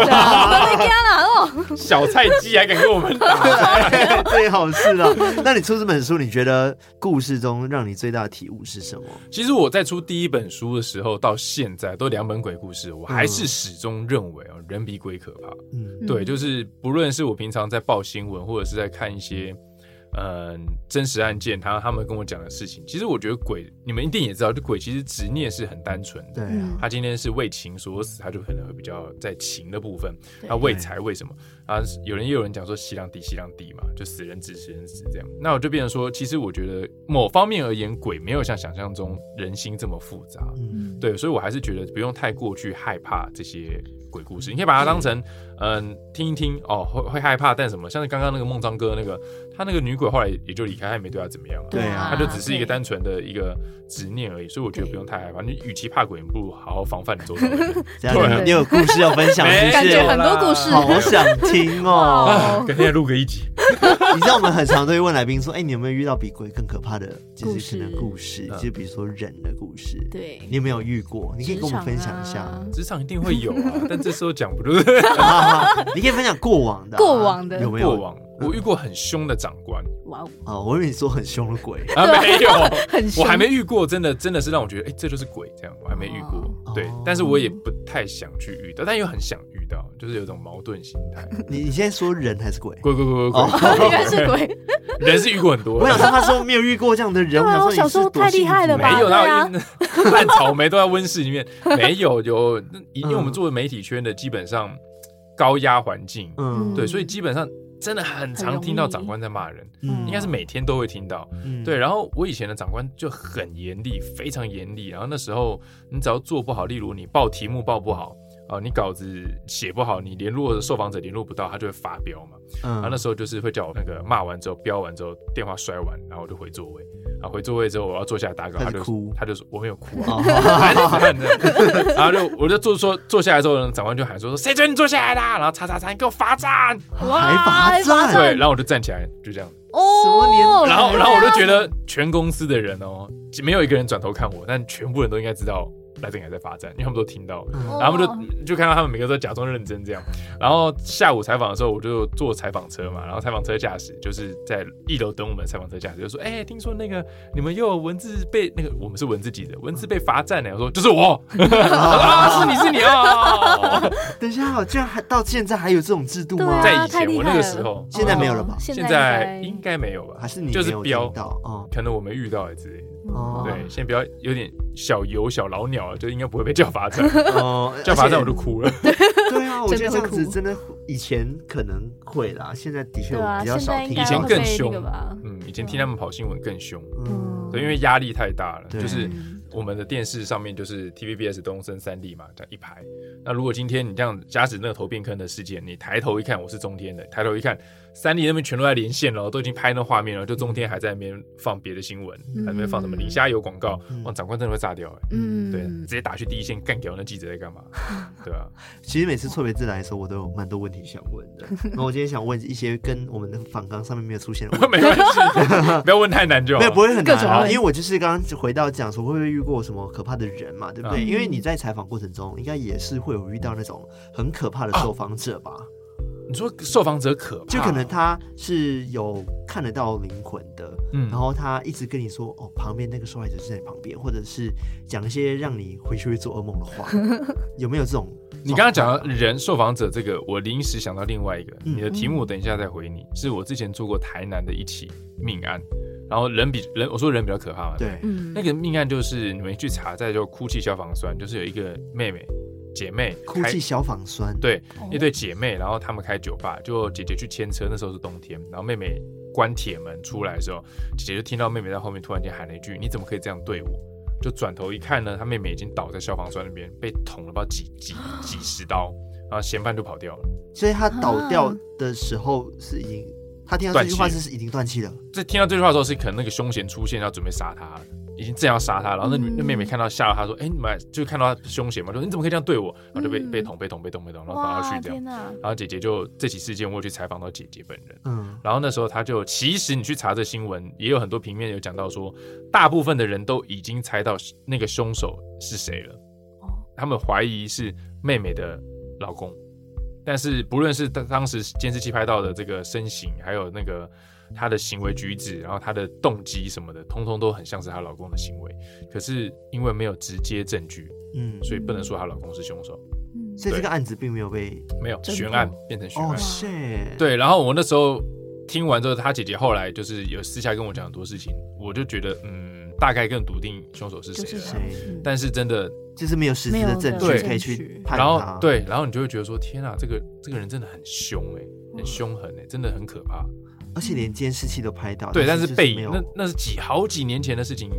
Speaker 3: 小菜鸡还敢跟我们打？ [laughs] 啊
Speaker 1: [laughs] 对，最好是了。那你出这本书，你觉得故事中让你最大的体悟是什么？
Speaker 3: 其实我在出第一本书的时候到现在都两本鬼故事，我还是始终认为哦，人比鬼可怕。
Speaker 1: 嗯
Speaker 3: 对，
Speaker 2: 嗯
Speaker 3: 就是不论是我平常在报新闻，或者是在看一些嗯、真实案件，他他们跟我讲的事情，其实我觉得鬼，你们一定也知道，就鬼其实执念是很单纯的。
Speaker 1: 对啊
Speaker 2: 嗯，
Speaker 3: 他今天是为情所死，他就可能会比较在情的部分；
Speaker 2: 对
Speaker 3: 他为财为什么？啊，有人也有人讲说西凉底西凉底嘛，就死人止死人止这样。那我就变成说，其实我觉得某方面而言，鬼没有像想象中人心这么复杂。
Speaker 1: 嗯，
Speaker 2: 嗯
Speaker 3: 对，所以我还是觉得不用太过去害怕这些鬼故事，你可以把它当成嗯听一听哦，会会害怕，但什么像是刚刚那个孟章哥那个，他那个女鬼后来也就离开，他也没对他怎么样、啊。
Speaker 1: 对啊
Speaker 3: 他就只是一个
Speaker 2: 对
Speaker 3: 单纯的一个执念而已，所以我觉得
Speaker 2: 对
Speaker 3: 不用太害怕。你与其怕鬼，你不如好好防范你周遭
Speaker 1: [laughs]
Speaker 3: 的人。
Speaker 1: 这
Speaker 3: 啊
Speaker 1: 样你有故事要分享，是
Speaker 3: 没
Speaker 1: 不
Speaker 2: 感觉
Speaker 1: 是？
Speaker 2: 很多故事
Speaker 1: 好 [laughs] 想听哦！
Speaker 3: 啊改天录个一集。
Speaker 1: [laughs] 你知道我们很常都会问来宾说：“哎，你有没有遇到比鬼更可怕的，就是可能故
Speaker 2: 故
Speaker 1: 事，
Speaker 3: 嗯
Speaker 1: 就比如说人的故事，
Speaker 2: 对，
Speaker 1: 你有没有遇过？你可以跟我们分享一
Speaker 2: 职
Speaker 1: 下
Speaker 2: 场，啊
Speaker 3: 职场一定会有啊，但这时候讲不就是
Speaker 1: [laughs] 你可以分享过往的啊，
Speaker 2: 啊过往的
Speaker 1: 有没
Speaker 3: 过
Speaker 1: 有？
Speaker 3: 往？我遇过很凶的长官
Speaker 2: 哇哦，
Speaker 1: 哦，我以为你说很凶的鬼，
Speaker 3: 啊，没有，
Speaker 2: 很凶
Speaker 3: 我还没遇过，真的真的是让我觉得，哎、这就是鬼这样，我还没遇过。
Speaker 1: 哦
Speaker 3: 对，但是我也不太想去遇到，但又很想遇到，就是有一种矛盾心态。
Speaker 1: [laughs] 你哦你现在说人还是鬼？
Speaker 3: 鬼鬼鬼鬼鬼，
Speaker 2: [laughs] 应该是鬼。
Speaker 3: 人是遇过很多
Speaker 1: 我
Speaker 3: 的，
Speaker 1: 想说，他说没有遇过这样的人，
Speaker 2: 对啊
Speaker 1: 我
Speaker 2: 我想
Speaker 1: 想说你
Speaker 2: 说
Speaker 1: 是多
Speaker 2: 太厉害了
Speaker 1: 幸福
Speaker 2: 吧
Speaker 3: 没有
Speaker 2: 对
Speaker 3: 啦
Speaker 2: 啊，
Speaker 3: 因 [laughs] 烂草莓都在温室里面，没有有，那因为我
Speaker 1: 嗯
Speaker 3: 们做媒体圈的基本上高压环境，
Speaker 1: 嗯，
Speaker 3: 对，所以基本上真的很常听到长官在骂人，
Speaker 1: 嗯
Speaker 3: 应该是每天都会听到。
Speaker 1: 嗯
Speaker 3: 对，，然后我以前的长官就很严厉，非常严厉。然后那时候你只要做不好，例如你报题目报不好。啊、你稿子写不好，你联络受访者联络不到，他就会发飙嘛。然后那
Speaker 1: 嗯，
Speaker 3: 时候就是会叫我那个骂完之后，飙完之后，电话摔完，然后我就回座位。啊，回座位之后我要坐下打稿，
Speaker 1: 他
Speaker 3: 他
Speaker 1: 就
Speaker 3: 就
Speaker 1: 哭
Speaker 3: 他就说我没有哭啊， [laughs]
Speaker 1: 哦，
Speaker 3: 然后就我就坐说坐下来之后呢，长官就喊说谁叫你坐下来啦？然后叉叉叉，你给我罚站。
Speaker 1: [laughs] 还罚
Speaker 2: 还
Speaker 1: 站
Speaker 2: 罚
Speaker 3: 对，
Speaker 2: 站
Speaker 3: 然后我就站起来，就这样。
Speaker 1: 什么年
Speaker 2: 哦，
Speaker 3: [laughs] 然后然后我就觉得全公司的人哦，没有一个人转头看我，但全部人都应该知道赖正凯在罚站，因为他们都听到了。
Speaker 2: 哦
Speaker 1: 嗯
Speaker 3: 然后他们就就看到他们每个都假装认真这样，然后下午采访的时候，我就坐采访车嘛，然后采访车驾驶就是在一楼等我们，采访车驾驶就说：“哎、听说那个你们又有文字被那个我们是文字记者，文字被罚站呢。”我说：“就是我
Speaker 2: [laughs]
Speaker 3: 啊，是你是你啊。
Speaker 1: 等一下，居然还到现在还有这种制度
Speaker 2: 对
Speaker 1: 吗？
Speaker 3: 在
Speaker 2: 啊，
Speaker 3: 以前
Speaker 2: 太厉害
Speaker 3: 我那个时候
Speaker 1: 现在没有了吧
Speaker 2: 哦
Speaker 3: 现
Speaker 2: 现
Speaker 3: 在
Speaker 2: 在
Speaker 3: 应该没有吧？
Speaker 1: 还是你
Speaker 3: 就是
Speaker 1: 没有
Speaker 3: 标
Speaker 1: 听到
Speaker 3: [laughs]
Speaker 1: 哦？
Speaker 3: 可能我没遇到之类的。
Speaker 1: 哦
Speaker 3: 对，先不要有点小油小老鸟啊，就应该不会被叫
Speaker 1: [laughs]
Speaker 3: 罚站，
Speaker 1: 哦，
Speaker 3: 叫罚站我就
Speaker 1: 而
Speaker 3: 哭
Speaker 2: [laughs]
Speaker 3: 了。
Speaker 1: 且 [laughs] 对啊，我觉得这样
Speaker 2: 真的会哭
Speaker 1: 子真的以前可能会啦，现在的确
Speaker 2: 对
Speaker 1: 我
Speaker 2: 啊，
Speaker 1: 比较
Speaker 2: 现
Speaker 1: 少
Speaker 2: 在应
Speaker 1: 听
Speaker 2: 该
Speaker 1: 到，
Speaker 3: 以前
Speaker 2: 会
Speaker 3: 更
Speaker 2: 被那
Speaker 3: 凶
Speaker 2: 个吧？
Speaker 3: 嗯，以前听他们跑新闻更凶，
Speaker 1: 嗯
Speaker 3: 对，因为压力太大了，
Speaker 1: 对嗯
Speaker 3: 就是我们的电视上面就是 TVBS 东森三立嘛，这样一排。那如果今天你这样夹指那个头变坑的事件，你抬头一看，我是中天的，抬头一看，三立那边全都在连线了，都已经拍那画面了，就中天还在那边放别的新闻，还
Speaker 2: 嗯
Speaker 3: 在那边放什么李虾油广告
Speaker 1: 嗯，
Speaker 3: 哇，长官真的会炸掉哎、
Speaker 1: [laughs]
Speaker 2: 嗯，
Speaker 3: 对，直接打去第一线干掉那记者在干嘛？对啊，
Speaker 1: 其实每次错别字来的时候，我都有蛮多问题想问
Speaker 2: [laughs]
Speaker 1: 的。那我今天想问一些跟我们的访纲上面没有出现
Speaker 2: [laughs]
Speaker 1: 的问题。
Speaker 3: [laughs] 没关系，不要问太难就好。
Speaker 1: 没有不会很难
Speaker 2: 各种
Speaker 1: 啊，
Speaker 2: 问
Speaker 1: 因为我就是刚刚回到讲说会不会遇过什么可怕的人嘛，对不对？
Speaker 2: 嗯
Speaker 1: 因为你在采访过程中，应该也是会有遇到那种很可怕的受访者吧？
Speaker 3: 你说受访者可怕，
Speaker 1: 就可能他是有看得到灵魂的，
Speaker 3: 嗯
Speaker 1: 然后他一直跟你说哦，旁边那个受害者就在你旁边，或者是讲一些让你回去会做噩梦的
Speaker 3: [laughs]
Speaker 1: 话，有没有这种？
Speaker 3: 你刚刚讲到人受访者这个，我临时想到另外一个，
Speaker 1: 嗯
Speaker 3: 你的题目我等一下再回你，是我之前做过台南的一起命案，然后人比人，我说人比较可怕嘛，
Speaker 1: 对，
Speaker 2: 嗯，
Speaker 3: 那个命案就是你们去查，再就哭泣消防栓，就是有一个妹妹姐妹
Speaker 1: 哭
Speaker 3: 开
Speaker 1: 泣消防栓，
Speaker 3: 对
Speaker 2: 哦
Speaker 3: 一对姐妹，然后她们开酒吧，就姐姐去牵车，那时候是冬天，然后妹妹关铁门出来的时候，姐姐就听到妹妹在后面突然间喊了一句：“你怎么可以这样对我？”就转头一看呢，她妹妹已经倒在消防栓那边，被捅了不知道几几几十刀，然后嫌犯就跑掉了。
Speaker 1: 所以他倒掉的时候是已经，他听到这句话
Speaker 3: 断气
Speaker 1: 是已经断气了。
Speaker 3: 这听到这句话的时候，是可能那个凶嫌出现，要准备杀她了，已经正要杀她，然后那女、
Speaker 2: 嗯
Speaker 3: 那妹妹看到吓到她说：“哎、你们就看到凶嫌嘛，就说你怎么可以这样对我？”然后就被、
Speaker 2: 嗯
Speaker 3: 被捅被捅被捅被捅，然后倒下
Speaker 2: 哇，
Speaker 3: 去这样
Speaker 2: 天。哪！
Speaker 3: 然后姐姐就这起事件，我有去采访到姐姐本人。
Speaker 1: 嗯，
Speaker 3: 然后那时候他就，其实你去查这新闻，也有很多平面有讲到说，大部分的人都已经猜到那个凶手是谁了
Speaker 2: 哦，
Speaker 3: 他们怀疑是妹妹的老公，但是不论是当当时监视器拍到的这个身形，还有那个她的行为举止，然后她的动机什么的，通通都很像是她老公的行为，可是因为没有直接证据，
Speaker 1: 嗯，
Speaker 3: 所以不能说她老公是凶手，
Speaker 2: 嗯
Speaker 1: 所以这个案子并没有被
Speaker 3: 没有
Speaker 2: 真的
Speaker 3: 悬案变成悬
Speaker 1: 哦
Speaker 3: 案。
Speaker 1: ，shit，，
Speaker 3: 对，然后我那时候听完之后，他姐姐后来就是有私下跟我讲很多事情，我就觉得嗯，大概更笃定凶手是
Speaker 2: 就是
Speaker 3: 谁了。啊
Speaker 2: 谁
Speaker 1: 谁
Speaker 2: 嗯
Speaker 3: 但是真的，
Speaker 1: 就是没有实质
Speaker 2: 没
Speaker 1: 的
Speaker 2: 有
Speaker 1: 证
Speaker 3: 对
Speaker 1: 据可以
Speaker 2: 证
Speaker 1: 去
Speaker 2: 据
Speaker 1: 判
Speaker 3: 然
Speaker 1: 他
Speaker 3: 后。，对，然后你就会觉得说，天啊，这个这个人真的很凶哎、
Speaker 2: 嗯
Speaker 3: 很凶狠哎、真的很可怕。
Speaker 1: 而且连监视器都拍到。
Speaker 3: 对，但
Speaker 1: 啊是
Speaker 3: 是
Speaker 1: 就
Speaker 3: 背
Speaker 1: 没
Speaker 3: 影
Speaker 1: 有
Speaker 3: 那那是几好几年前的事情，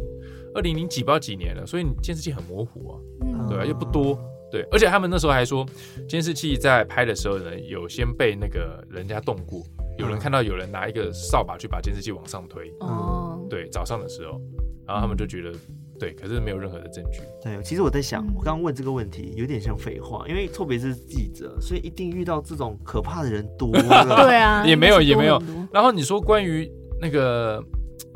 Speaker 3: 二零零几不知道几年了，所以你监视器很模糊啊。
Speaker 2: 嗯
Speaker 3: 对啊又不多对，而且他们那时候还说，监视器在拍的时候呢，有先被那个人家动过，有
Speaker 1: 嗯
Speaker 3: 人看到有人拿一个扫把去把监视器往上推，
Speaker 2: 哦，
Speaker 3: 对，早上的时候，然后他们就觉得，对，可是没有任何的证据，
Speaker 1: 对，其实我在想，
Speaker 2: 嗯
Speaker 1: 我刚刚问这个问题有点像废话，因为特别是记者，所以一定遇到这种可怕的人多了。
Speaker 2: [laughs] 对啊，
Speaker 3: [laughs] 也没有
Speaker 2: 那是
Speaker 3: 也没有
Speaker 2: 多很多
Speaker 3: 然后你说关于那个，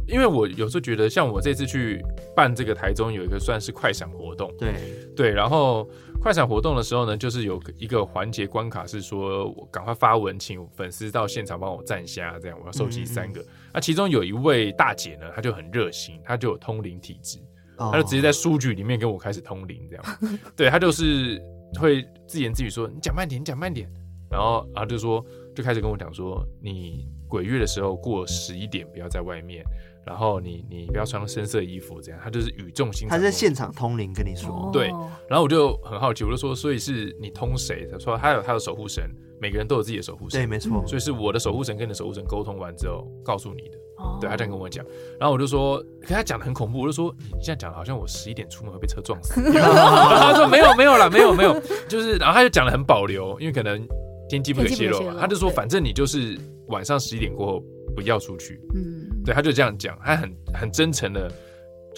Speaker 3: 因为我有时候觉得，像我这次去办这个台中有一个算是快闪活动，
Speaker 1: 对，
Speaker 3: 对，然后快闪活动的时候呢，就是有一个环节关卡是说，我赶快发文请粉丝到现场帮我站下，这样我要收集三个。那其中有一位大姐呢，她就很热心，她就有通灵体质，
Speaker 1: 哦 [laughs]
Speaker 3: 他就直接在书局里面跟我开始通灵，这样。对他就是会自言自语说：“你讲慢点，你讲慢点。”然后啊，就说就开始跟我讲说，你鬼月的时候过十一点不要在外面，然后你你不要穿深色衣服，这样他就是语重心长。
Speaker 1: 他在现，场通灵跟你
Speaker 2: 哦
Speaker 1: 说，
Speaker 3: 对然后我就很好奇，我就说，所以是你通谁？他说他有他的守护神，每个人都有自己的守护
Speaker 1: 对，
Speaker 3: 神，
Speaker 1: 没错
Speaker 2: 嗯，
Speaker 3: 所以是我的守护神跟你的守护神沟通完之后告诉你的。
Speaker 2: 哦
Speaker 3: 对他这样跟我讲，然后我就说，可他讲的很恐怖，我就说你你这样讲好像我十一点出门会被车撞死， [laughs] 然后他说没有没有啦，没有没有，就是然后他就讲的很保留，因为可能天机不可泄
Speaker 2: 天机不可
Speaker 3: 露
Speaker 2: 泄
Speaker 3: 嘛
Speaker 2: 露，
Speaker 3: 他就说
Speaker 2: 对
Speaker 3: 反正你就是晚上十一点过后不要出去，
Speaker 2: 嗯，
Speaker 3: 对，他就这样讲，他很很真诚的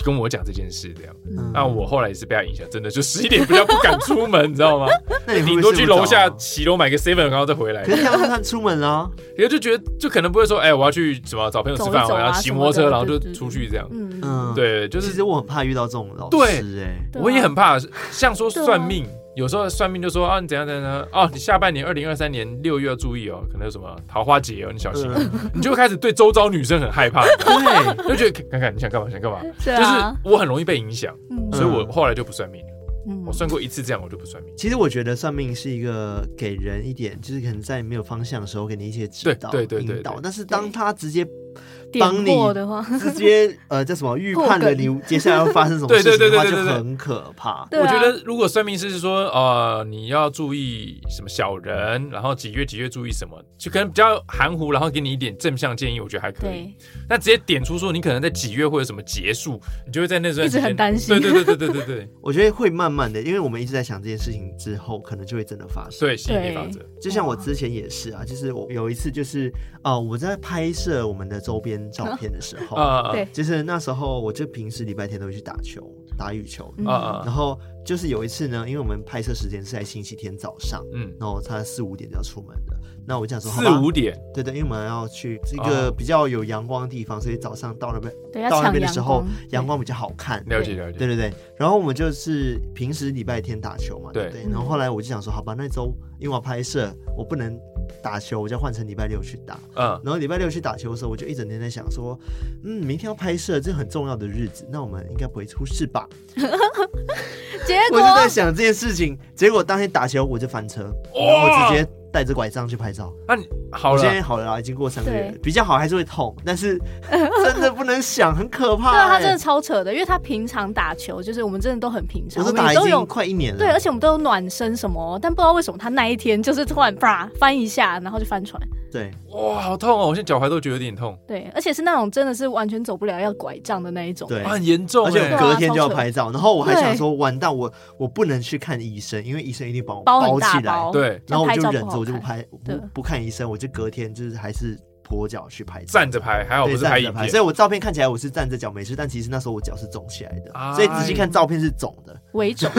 Speaker 3: 跟我讲这件事这样，
Speaker 1: 嗯
Speaker 3: 那我后来也是被他影响，真的就十一点比较不敢出门，你知道吗？
Speaker 1: 那哎你会
Speaker 3: 顶
Speaker 1: 不
Speaker 3: 多
Speaker 1: 会睡
Speaker 3: 去
Speaker 1: 不着啊
Speaker 3: 楼下骑楼买个 seven，然后再
Speaker 1: [laughs]
Speaker 3: 回来
Speaker 1: 可。是他们算出门啊了，
Speaker 3: 也就觉得就可能不会说，哎、我要去什么找朋友吃
Speaker 2: 走一
Speaker 3: 饭，
Speaker 2: 走啊
Speaker 3: 我要骑摩托
Speaker 2: 什么
Speaker 3: 车，
Speaker 2: 的
Speaker 3: 然后
Speaker 2: 对
Speaker 3: 就
Speaker 2: 对对
Speaker 3: 出去这样。
Speaker 2: 嗯
Speaker 1: 嗯，，
Speaker 3: 对， [laughs] 就
Speaker 1: 其
Speaker 3: 是
Speaker 1: 实我很怕遇到这种老
Speaker 3: 对
Speaker 1: 师，哎，
Speaker 2: 对啊
Speaker 3: 我也很怕，像说
Speaker 2: 对啊
Speaker 3: 算命，有时候算命就说啊，你怎样怎样怎样，哦，你下半年二零二三年六月要注意哦，可能有什么桃花节哦，你小心，
Speaker 1: 嗯
Speaker 3: [laughs] 你就会开始对周遭女生很害
Speaker 2: [laughs]
Speaker 3: 怕，
Speaker 1: 对，
Speaker 3: 就觉得看看你想干嘛想干嘛，
Speaker 2: 对
Speaker 3: 就是
Speaker 2: 啊，
Speaker 3: 我很容易被影响，
Speaker 2: 嗯
Speaker 3: 所以我后来就不算命了。
Speaker 2: 嗯
Speaker 3: 我算过一次这样，我就不算命。
Speaker 1: 其实我觉得算命是一个给人一点，就是可能在没有方向的时候给你一些指导、
Speaker 3: 对对对对
Speaker 1: 引导
Speaker 3: 对。
Speaker 1: 但是当他直接帮
Speaker 2: 点
Speaker 1: 你
Speaker 2: 破
Speaker 1: [laughs]
Speaker 2: 的话，
Speaker 1: 直接呃叫什么预判了
Speaker 2: 破
Speaker 1: 你接下来要发生什么事
Speaker 3: 对对
Speaker 1: 情
Speaker 3: 对
Speaker 1: 的
Speaker 3: 对
Speaker 1: 话，
Speaker 3: 对
Speaker 1: 就
Speaker 3: 对对
Speaker 1: 很可怕。
Speaker 2: 对啊
Speaker 3: 我觉得如果算命师是说，呃，你要注意什么小人，然后几月几月注意什么，就可能比较含糊，然后给你一点正向建议，我觉得还可以。
Speaker 2: 对，
Speaker 3: 那直接点出说你可能在几月会有什么结束，你就会在那段时间
Speaker 2: 一直很担心
Speaker 3: 对对对对对
Speaker 2: [laughs]
Speaker 3: 对对，
Speaker 1: 我觉得会慢慢的，因为我们一直在想这件事情之后，可能就会真的发生。
Speaker 3: 所以吸引力法则，
Speaker 1: 就像我之前也是啊，就是我有一次就是啊、呃我在拍摄我们的周边照片的时候，
Speaker 3: 啊
Speaker 2: 对
Speaker 1: 就是那时候我就平时礼拜天都会去打球、打羽球，
Speaker 2: 嗯
Speaker 3: 啊啊，
Speaker 1: 然后就是有一次呢，因为我们拍摄时间是在星期天早上。
Speaker 3: 嗯，
Speaker 1: 然后他四五点就要出门的。那我讲说，好
Speaker 3: 四
Speaker 1: 吧
Speaker 3: 五点，
Speaker 1: 对对，因为我们要去一个
Speaker 3: 哦
Speaker 1: 比较有阳光的地方，所以早上到那边
Speaker 2: 对，要
Speaker 1: 到那
Speaker 2: 抢
Speaker 1: 边的
Speaker 2: 阳
Speaker 1: 时候
Speaker 2: 光，，
Speaker 1: 阳光比较好看。
Speaker 3: 了解了解，
Speaker 1: 对对对，然后我们就是平时礼拜天打球嘛，对不
Speaker 3: 对
Speaker 1: 对？然后后来我就想说，好吧，那周因为我要拍摄，我不能打球，我就换成礼拜六去打。
Speaker 3: 嗯，
Speaker 1: 然后礼拜六去打球的时候，我就一整天在想说，嗯，明天要拍摄，这很重要的日子，那我们应该不会出事吧？
Speaker 2: 结
Speaker 3: 哦
Speaker 1: 我
Speaker 2: 果
Speaker 1: 就在想这件事情，结果当天打球我就翻车，然后我直接带着拐杖去拍照。
Speaker 3: 那你哦好
Speaker 1: 我
Speaker 3: 了
Speaker 1: 现，在好了啦，已经过三个月了
Speaker 2: 对，
Speaker 1: 比较好，还是会痛，但是真的不能想，很可怕、
Speaker 2: [laughs] 对啊，他
Speaker 1: 欸。
Speaker 2: 真的超扯的，因为他平常打球，就是我们真的都很平常，
Speaker 1: 我
Speaker 2: 我
Speaker 1: 都打
Speaker 2: 们
Speaker 1: 已
Speaker 2: 都
Speaker 1: 经
Speaker 2: 有
Speaker 1: 快一年了，
Speaker 2: 对，而且我们都有暖身什么，哦但不知道为什么他那一天就是突然啪翻一下，然后就翻船。
Speaker 1: 对
Speaker 3: 哇，好痛哦，我现在脚踝都觉得有点痛，
Speaker 2: 对，而且是那种真的是完全走不了，要拐杖的那一种。
Speaker 1: 对
Speaker 3: 啊，很严重
Speaker 1: 而且
Speaker 3: 哎
Speaker 1: 我
Speaker 2: 对啊，
Speaker 1: 隔天就要拍照，然后我还
Speaker 2: 对
Speaker 1: 想说，完蛋，我我不能去看医生，因为医生一定把我
Speaker 2: 包很
Speaker 1: 起
Speaker 2: 大
Speaker 1: 来
Speaker 2: 包，，
Speaker 3: 对，
Speaker 1: 然后我
Speaker 2: 拍
Speaker 1: 就
Speaker 2: 照
Speaker 1: 忍
Speaker 2: 不
Speaker 1: 着，
Speaker 2: 好
Speaker 1: 我就不
Speaker 2: 看
Speaker 1: 拍，
Speaker 2: 对
Speaker 1: 不不看医生，我就隔天就是还是跛脚去拍照。
Speaker 3: 站着拍，还好
Speaker 1: 对，
Speaker 3: 不是拍
Speaker 1: 站
Speaker 3: 影
Speaker 1: 着拍，
Speaker 3: 片
Speaker 1: 所以我照片看起来我是站着脚没事，但其实那时候我脚是肿起来的，
Speaker 3: 哎
Speaker 1: 所以仔细看照片是肿的。[laughs]
Speaker 2: 为肿。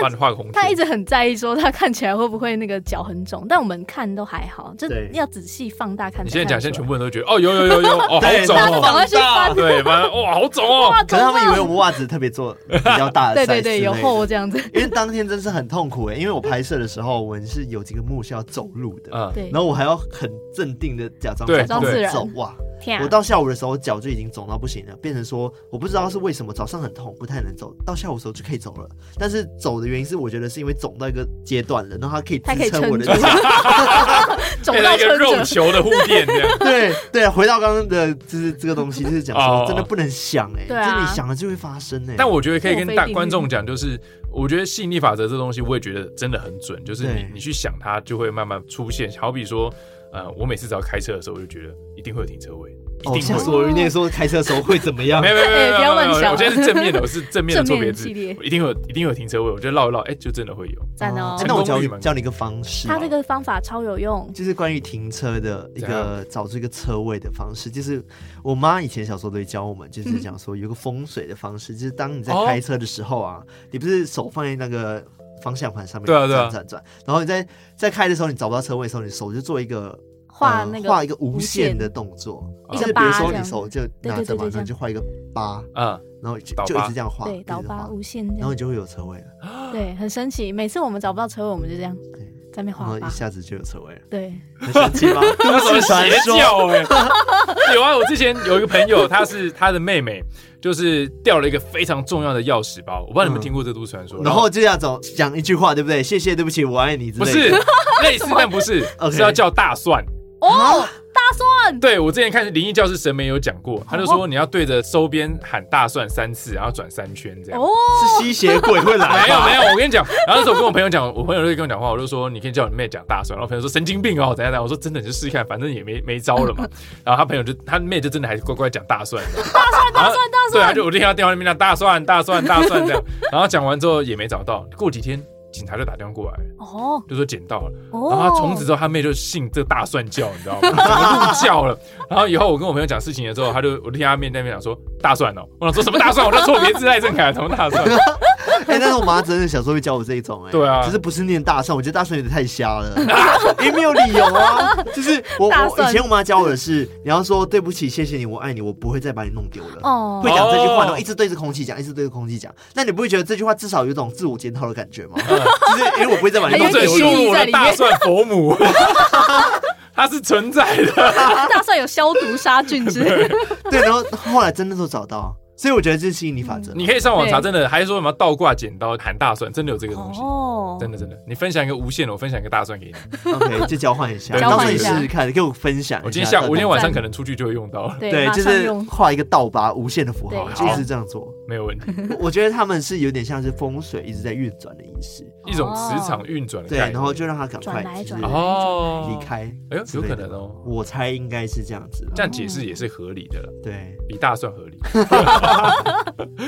Speaker 3: 帮你画个红
Speaker 2: 他一
Speaker 3: 点，
Speaker 2: 直很在意说他看起来会不会那个脚很肿，但我们看都还好，就
Speaker 1: 对
Speaker 2: 要仔细放大看才看得出来。
Speaker 3: 你现在讲，现在全部人都觉得哦，有有
Speaker 1: [laughs]
Speaker 3: 有有，哦，好
Speaker 1: 对
Speaker 3: 肿
Speaker 2: 大家赶
Speaker 3: 哦，
Speaker 2: 快去翻。
Speaker 3: 对，反正哇，好肿哦，
Speaker 2: 哇
Speaker 1: 可是他们以为我袜子特别
Speaker 3: [laughs]
Speaker 1: 做比较大的
Speaker 2: 对
Speaker 1: size
Speaker 2: 对对，有
Speaker 1: 啊之类的
Speaker 2: 厚这样子。
Speaker 1: 因为当天真是很痛苦哎、因为我拍摄的时候，我们是有几个幕是要走路的，
Speaker 3: 嗯，
Speaker 2: 对，
Speaker 1: 然后我还要很镇定的假装
Speaker 3: 对
Speaker 1: 在
Speaker 3: 假装自
Speaker 2: 然
Speaker 1: 走哇！
Speaker 2: 天啊
Speaker 1: 我到下午的时候脚就已经肿到不行了，变成说我不知道是为什么早上很痛不太能走，到下午的时候就可以走了。但是走的原因是我觉得是因为肿到一个阶段了，然后它可以
Speaker 2: 他可
Speaker 1: 支
Speaker 2: 以撑
Speaker 1: 撑我
Speaker 2: 住
Speaker 1: 的脚。，。
Speaker 2: 肿
Speaker 3: 配了
Speaker 2: 到
Speaker 3: 一个
Speaker 2: 撑
Speaker 3: 肉
Speaker 2: 着。
Speaker 3: 球的护垫这
Speaker 1: [laughs]
Speaker 3: 样
Speaker 1: 对对，回到刚刚的就是这个东西，就是讲
Speaker 3: 哦
Speaker 1: 说真的不能想哎、
Speaker 2: 对啊
Speaker 1: 就你想了就会发生哎、
Speaker 3: 但我觉得可以跟
Speaker 2: 墨菲
Speaker 3: 大
Speaker 2: 定律
Speaker 3: 观众讲，就是我觉得吸引力法则这东西，我也觉得真的很准，就是你
Speaker 1: 对
Speaker 3: 你去想它，就会慢慢出现。好比说，呃，我每次只要开车的时候，我就觉得一定会有停车位，一
Speaker 1: 哦，
Speaker 3: 定
Speaker 1: 吓
Speaker 3: 会
Speaker 1: 死。我！有一天说开车的时候会怎么样
Speaker 3: 没？有没有没有没有，
Speaker 2: 哎不要乱想
Speaker 3: 没有我现在是正面的，我是正面的错别字，
Speaker 2: [laughs] 正面系列
Speaker 3: 我一定会有一定会有停车位，我就绕一绕，哎，就真的会有。
Speaker 2: 赞哦
Speaker 1: 哎！那我教
Speaker 3: 成功率
Speaker 1: 你
Speaker 3: 蛮高
Speaker 1: 教你一个方式，啊
Speaker 2: 他这个方法超有用，
Speaker 1: 就是关于停车的一
Speaker 3: 怎
Speaker 1: 个
Speaker 3: 样
Speaker 1: 找出一个车位的方式，就是我妈以前小时候都会教我们，就是讲说有一个风水的方式，就是当你在
Speaker 3: 哦
Speaker 1: 开车的时候啊，你不是手放在那个方向盘上面
Speaker 3: 对啊对啊
Speaker 1: 转转转，然后你在在开的时候你找不到车位的时候，你手就做一个
Speaker 2: 画
Speaker 1: 呃
Speaker 2: 那个
Speaker 1: 画一个无
Speaker 2: 无
Speaker 1: 限
Speaker 2: 限
Speaker 1: 的动作，
Speaker 3: 一
Speaker 1: 就
Speaker 3: 个
Speaker 1: 是比
Speaker 2: 八
Speaker 1: 如
Speaker 2: 这
Speaker 1: 说
Speaker 2: 样
Speaker 1: 你
Speaker 2: 子
Speaker 1: 手就拿
Speaker 2: 对对
Speaker 1: 着嘛，
Speaker 2: 对
Speaker 1: 然
Speaker 2: 对
Speaker 1: 后你就画一个八， [laughs]
Speaker 3: 嗯，
Speaker 1: 然后就
Speaker 3: 倒
Speaker 1: 就一
Speaker 3: 八
Speaker 1: 直这样画，
Speaker 2: 对，
Speaker 1: 一直
Speaker 2: 倒
Speaker 1: 画
Speaker 2: 八无限这
Speaker 1: 然后
Speaker 2: 样
Speaker 1: 你，就会有车位了。
Speaker 2: 对，很神奇。每次我们找不到车位，我们就这样
Speaker 1: 对，
Speaker 2: 在那边
Speaker 1: 然
Speaker 2: 画
Speaker 1: 后一
Speaker 2: 画，
Speaker 1: 下子就有车位了，
Speaker 2: 对，
Speaker 1: 很神奇
Speaker 3: [laughs]
Speaker 1: 吧？都市传
Speaker 3: 邪
Speaker 1: 说，
Speaker 3: 教哎、 [laughs] 有啊，我之前有一个朋友，他是他的妹妹，就是掉了一个非常重要的钥匙包，我不知道你们
Speaker 1: 嗯
Speaker 3: 听过这都市传说，
Speaker 1: 然后就要走讲一句话，对不对？谢谢，对不起，我爱你之
Speaker 3: 不
Speaker 1: 类的。
Speaker 3: [laughs] 是类似，但不是，
Speaker 1: OK
Speaker 3: 是要叫大蒜。
Speaker 2: 哦，
Speaker 3: 对我之前看灵异教师神媒有讲过，他就
Speaker 2: 好
Speaker 3: 说你要对着周边喊大蒜三次，然后转三圈这样。
Speaker 2: 哦，
Speaker 1: 是吸血鬼会来吧？
Speaker 3: [laughs] 没有没有，我跟你讲，然后那时候我跟我朋友讲，我朋友就跟我讲话，我就说你可以叫你妹讲大蒜，然后我朋友说神经病哦，怎样怎样，我说真的你就试试看，反正也没没招了 [laughs] 嘛。然后他朋友就他妹就真的还是乖乖讲大蒜，大蒜大蒜大蒜，对，他就我就听到电话那边讲大蒜大蒜大蒜这样，然后讲完之后也没找到，过几天警察就打电话过来，
Speaker 2: 哦，
Speaker 3: 就说捡到了。
Speaker 2: 哦，
Speaker 3: 然后他从此之后，他妹就信这大蒜教，你
Speaker 1: [laughs]
Speaker 3: 知道吗？整个入教了。然后以后我跟我朋友讲事情的时候，他就我听他妹在那边讲说大蒜哦，我想说什么大蒜，我在错别字赖正凯，什么
Speaker 1: [laughs]
Speaker 3: 大蒜？
Speaker 1: 哎、但是我妈真的小时候会教我这一种、哎，
Speaker 3: 对啊
Speaker 1: 只是不是念大蒜，我觉得大蒜有点太瞎了，
Speaker 3: [laughs]
Speaker 1: 也没有理由啊。就是我
Speaker 2: 大
Speaker 1: 我
Speaker 2: 蒜
Speaker 1: 以前我妈教我的是，你要说对不起、谢谢你、我爱你，我不会再把你弄丢了。
Speaker 2: 哦
Speaker 1: 会，讲这句话，然
Speaker 3: 哦
Speaker 1: 后一直对着空气讲，一直对着空气讲，那你不会觉得这句话至少有一种自我检讨的感觉吗？
Speaker 3: 嗯
Speaker 1: 就是因为我不会再把你
Speaker 3: 不
Speaker 1: 弄
Speaker 3: 准
Speaker 1: 丢
Speaker 2: 有
Speaker 1: 了
Speaker 2: 点
Speaker 3: 羞辱我
Speaker 2: 在
Speaker 3: 的
Speaker 2: 里面
Speaker 3: 大蒜佛母， [laughs] 它是存在的。
Speaker 2: 大蒜有消毒杀菌之
Speaker 3: [laughs]
Speaker 2: 类的，
Speaker 1: 对，然后后来真的都找到，所以我觉得这是吸引力法则。
Speaker 3: 你可以上网查，真的还是说什么倒挂剪刀喊大蒜，真的有这个东西。
Speaker 2: 哦，
Speaker 3: 真的真的，你分享一个无限的，我分享一个大蒜给
Speaker 1: [laughs]
Speaker 3: 你。
Speaker 1: OK，就交换一下，
Speaker 3: 对
Speaker 1: 到时候
Speaker 3: 交换
Speaker 1: 你
Speaker 3: 一
Speaker 1: 试
Speaker 3: 下
Speaker 1: 试看，给我分享一下。
Speaker 3: 我今天下午，我今天晚上
Speaker 2: 赞
Speaker 3: 可能出去就会用到了，
Speaker 2: 对
Speaker 1: 对，
Speaker 2: 马
Speaker 1: 就
Speaker 2: 上
Speaker 1: 是 [laughs]
Speaker 2: 用，
Speaker 1: 画一个倒拔无限的符号，
Speaker 2: 对
Speaker 1: 就
Speaker 3: 好
Speaker 1: 是这样做。
Speaker 3: 没有问题。
Speaker 1: 我我觉得他们是有点像是风水一直在运转的意思，
Speaker 3: 一种磁场运转的
Speaker 1: 对，
Speaker 3: 概念。
Speaker 1: 然后就让他赶快
Speaker 2: 转
Speaker 1: 就
Speaker 2: 来
Speaker 1: 是
Speaker 2: 转来
Speaker 3: 哦
Speaker 1: 哦离，开，
Speaker 3: 哎呦，有可能哦。
Speaker 1: 我猜应该是这样子啦。啊
Speaker 3: 这样解释也是合理的了，
Speaker 1: 对，
Speaker 3: 比大
Speaker 2: [laughs]
Speaker 3: 蒜合理。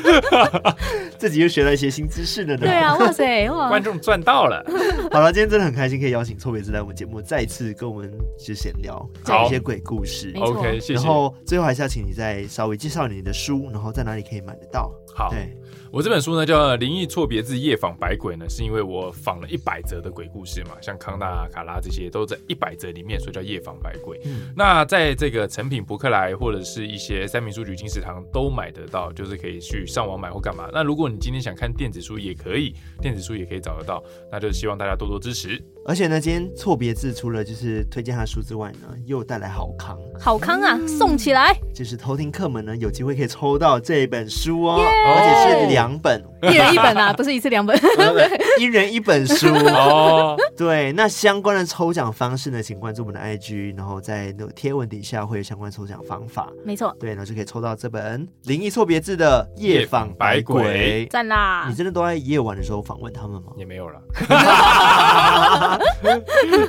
Speaker 1: 自己又学了一些新知识了呢。
Speaker 2: 对啊，哇塞，哇，
Speaker 3: 观众赚到了，
Speaker 1: [laughs] 好了，今天真的很开心可以邀请错别字来我们节目，再次跟我们就闲聊，讲一些鬼故事
Speaker 2: [laughs] 没。错
Speaker 3: OK，谢
Speaker 1: 然
Speaker 3: 谢。
Speaker 1: 后最后还是要请你再稍微介绍你的书，然后在哪里可以买得到。
Speaker 3: 好，
Speaker 1: 对，
Speaker 3: 我这本书呢叫《灵异错别字夜访百鬼》呢，是因为我访了一百则的鬼故事嘛，像康纳、卡拉这些都在一百则里面，所以叫夜访百鬼。
Speaker 1: 嗯，
Speaker 3: 那在这个成品博客来或者是一些三明书局、金石堂都买得到，就是可以去上网买或干嘛。那如果你今天想看电子书也可以，电子书也可以找得到，那就希望大家多多支持。
Speaker 1: 而且呢，今天错别字除了就是推荐他的书之外呢，又带来好康，
Speaker 2: 好康啊，
Speaker 1: 嗯
Speaker 2: 送起来，
Speaker 1: 就是偷听客们呢有机会可以抽到这本书哦，
Speaker 3: 耶
Speaker 1: 而且是两
Speaker 3: [laughs]
Speaker 1: 本，
Speaker 2: 一人一本啊，不是一次两本， [laughs]
Speaker 1: 一人一本
Speaker 3: [laughs]
Speaker 1: 书。
Speaker 3: 哦，
Speaker 1: 对，那相关的抽奖方式呢，请关注我们的 IG，然后在那个贴文底下会有相关抽奖方法。
Speaker 2: 没错，
Speaker 1: 对，然后就可以抽到这本《灵异错别字》的夜访百
Speaker 3: 夜访百
Speaker 1: 鬼。
Speaker 2: 赞啦
Speaker 1: 你，真的都在夜晚的时候访问他们
Speaker 3: [laughs]
Speaker 1: 吗？
Speaker 3: 也没有了，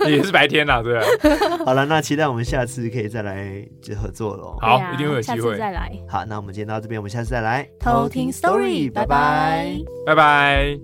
Speaker 3: 也是白天啦，对啊不对？
Speaker 1: 好了，那期待我们下次可以再来就合作喽。
Speaker 3: 好
Speaker 2: 对啊
Speaker 3: 一定会有机
Speaker 2: 下
Speaker 3: 会
Speaker 2: 次再来
Speaker 1: 好，那我们今天到这边，我们下次再来
Speaker 2: 偷听 story，拜拜。
Speaker 3: 拜拜。